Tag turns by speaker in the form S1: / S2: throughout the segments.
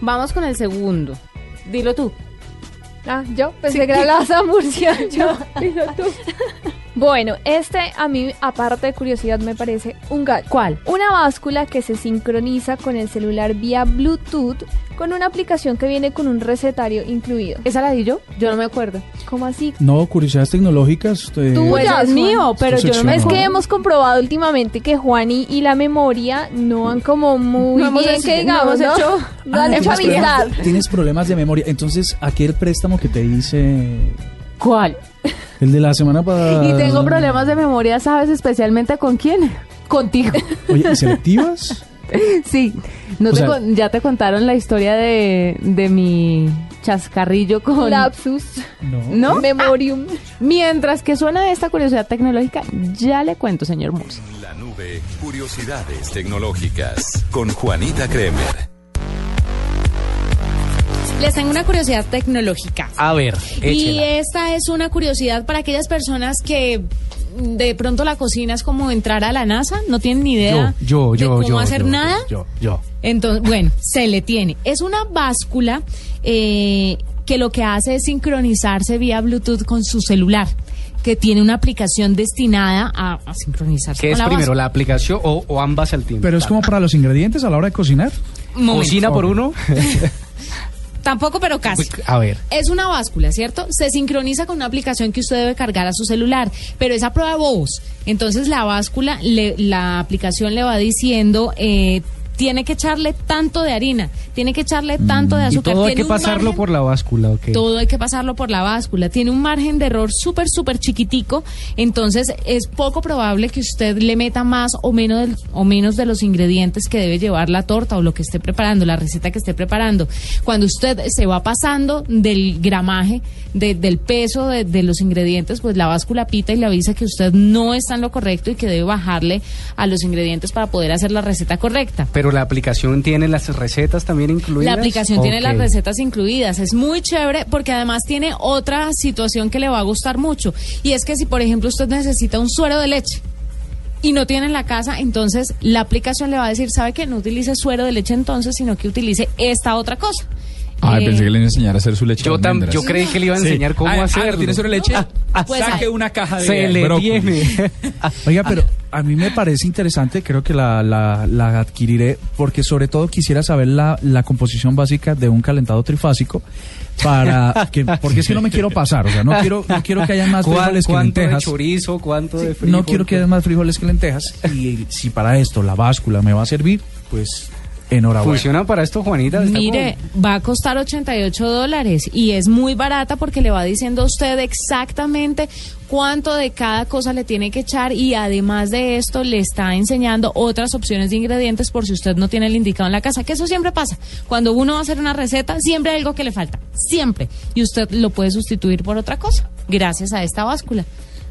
S1: Vamos con el segundo. Dilo tú.
S2: Ah, yo pensé que era la Murcia. Yo.
S1: Dilo tú.
S2: Bueno, este a mí, aparte de curiosidad, me parece un gallo.
S1: ¿Cuál?
S2: Una báscula que se sincroniza con el celular vía Bluetooth con una aplicación que viene con un recetario incluido.
S1: ¿Esa la di yo? Yo no me acuerdo.
S2: ¿Cómo así?
S3: No, curiosidades tecnológicas. eh,
S2: Tú
S1: Pues
S2: ya,
S1: es
S2: Juan.
S1: mío, pero yo no me
S3: sección,
S2: Es
S3: Ajá.
S2: que hemos comprobado últimamente que Juani y la memoria no han como muy
S1: No hemos
S2: bien
S1: hecho-
S2: que digamos,
S1: no
S2: ¿no?
S1: hemos hecho-
S2: No han
S3: ah,
S2: hecho
S3: tienes problemas-
S2: amistad.
S3: Tienes problemas de memoria. Entonces, aquel préstamo que te hice,
S1: ¿Cuál?
S3: el de la semana pasada.
S1: Y tengo problemas de memoria, ¿sabes? Especialmente con quién. Contigo.
S3: Oye, ¿y selectivas?
S1: Sí. No
S3: O
S1: te
S3: sea-
S1: con- ya te contaron la historia de, de mi chascarrillo con...
S2: Lapsus.
S3: No.
S1: ¿No? Ah.
S2: Memorium.
S1: Mientras que suena esta curiosidad tecnológica, ya le cuento, señor Murcia.
S4: La nube, curiosidades tecnológicas con Juanita Kremer.
S5: Les tengo una curiosidad tecnológica.
S6: A ver,
S5: Y
S6: échela.
S5: esta es una curiosidad para aquellas personas que mm, de pronto la cocina es como entrar a la NASA, no tienen ni idea
S6: yo, yo,
S5: de
S6: yo.
S5: cómo
S6: yo,
S5: hacer
S6: yo,
S5: nada.
S6: Yo, yo.
S5: Entonces, bueno, se le tiene. Es una báscula eh, que lo que hace es sincronizarse vía Bluetooth con su celular, que tiene una aplicación destinada a, a sincronizarse
S6: ¿Qué
S5: con
S6: es
S5: la
S6: primero,
S5: báscula.
S6: la aplicación o, o ambas al tiempo?
S3: Pero es como para los ingredientes a la hora de cocinar.
S5: Momento.
S6: ¿Cocina por uno? Pues,
S5: Tampoco, pero casi.
S6: A ver.
S5: Es una báscula, ¿cierto? Se sincroniza con una aplicación que usted debe cargar a su celular, pero es a prueba de bobos. Entonces la báscula, le- la aplicación le va diciendo... eh, tiene que echarle tanto de harina, tiene que echarle tanto de
S6: Mm, Y
S5: azúcar.
S6: todo hay
S5: tiene
S6: que
S5: un
S6: pasarlo
S5: margen-
S6: por la báscula, ¿ok?
S5: Todo hay que pasarlo por la báscula. Tiene un margen de error súper, súper chiquitico. Entonces es poco probable que usted le meta más o menos, del- o menos de los ingredientes que debe llevar la torta o lo que esté preparando, la receta que esté preparando. Cuando usted se va pasando del gramaje, de- del peso de, de los ingredientes, pues la báscula pita y le avisa que usted no está en lo correcto y que debe bajarle a los ingredientes para poder hacer la receta correcta.
S6: Pero la aplicación tiene las recetas también incluidas.
S5: La aplicación tiene
S6: Ok.
S5: las recetas incluidas. Es muy chévere porque además tiene otra situación que le va a gustar mucho. Y es que si, por ejemplo, usted necesita un suero de leche y no tiene en la casa, entonces la aplicación le va a decir, ¿sabe que no utilice suero de leche entonces, sino que utilice esta otra cosa?
S7: Ay,
S5: Eh,
S7: pensé que le iba a enseñar a hacer su leche
S6: Yo,
S7: de
S6: tam,
S7: almendras.
S6: yo creí que le iba a
S7: Sí.
S6: enseñar cómo
S7: Ah, ah, ¿no
S6: hacerlo.
S7: tiene sobre leche? Ah,
S5: Pues
S7: saque
S5: ahí.
S7: una caja de
S6: Se le
S7: brócoli.
S6: tiene.
S3: Oiga, pero a mí me parece interesante, creo que la, la- la adquiriré, porque sobre todo quisiera saber la, la composición básica de un calentado trifásico, para que, porque es que no me quiero pasar, o sea, no quiero, no quiero que haya más
S6: ¿Cuán-
S3: frijoles que
S6: ¿Cuánto de
S3: lentejas.
S6: chorizo? ¿Cuánto de
S3: Sí,
S6: frijol?
S3: no quiero que haya más frijoles que lentejas, y si para esto la báscula me va a servir, pues enhorabuena.
S6: ¿Funciona para esto, Juanita? Está
S5: Mire, va a costar 88 dólares y es muy barata porque le va diciendo a usted exactamente cuánto de cada cosa le tiene que echar y además de esto le está enseñando otras opciones de ingredientes por si usted no tiene el indicado en la casa, que eso siempre pasa. Cuando uno va a hacer una receta, siempre hay algo que le falta, siempre. Y usted lo puede sustituir por otra cosa gracias a esta báscula.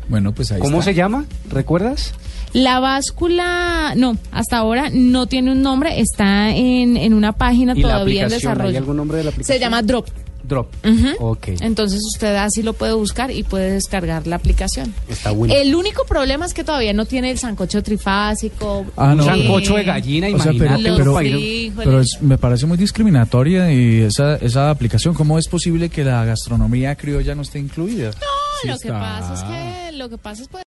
S7: Bueno, pues ahí
S6: como- ¿Cómo
S7: está.
S6: se llama? ¿Recuerdas?
S5: La báscula, no, hasta ahora no tiene un nombre, está en, en una página
S6: ¿Y la
S5: todavía en
S6: aplicación? ¿Hay
S5: desarrollo.
S6: algún nombre de la aplicación?
S5: Se llama Drop.
S6: Drop.
S5: Ujú.
S6: Ok.
S5: Entonces usted así lo puede buscar y puede descargar la aplicación.
S6: Está bueno.
S5: El único problema es que todavía no tiene el sancocho trifásico.
S3: Ah, no.
S6: Un
S5: eh,
S6: sancocho de gallina,
S3: O sea, pero-
S6: imagínate.
S5: los
S3: pero-
S6: para ir-
S5: frijoles.
S3: Pero es- me parece muy discriminatoria y esa, esa aplicación. ¿Cómo es posible que la gastronomía criolla no esté incluida?
S5: No, lo que
S7: está.
S5: pasa es que lo que pasa es pues,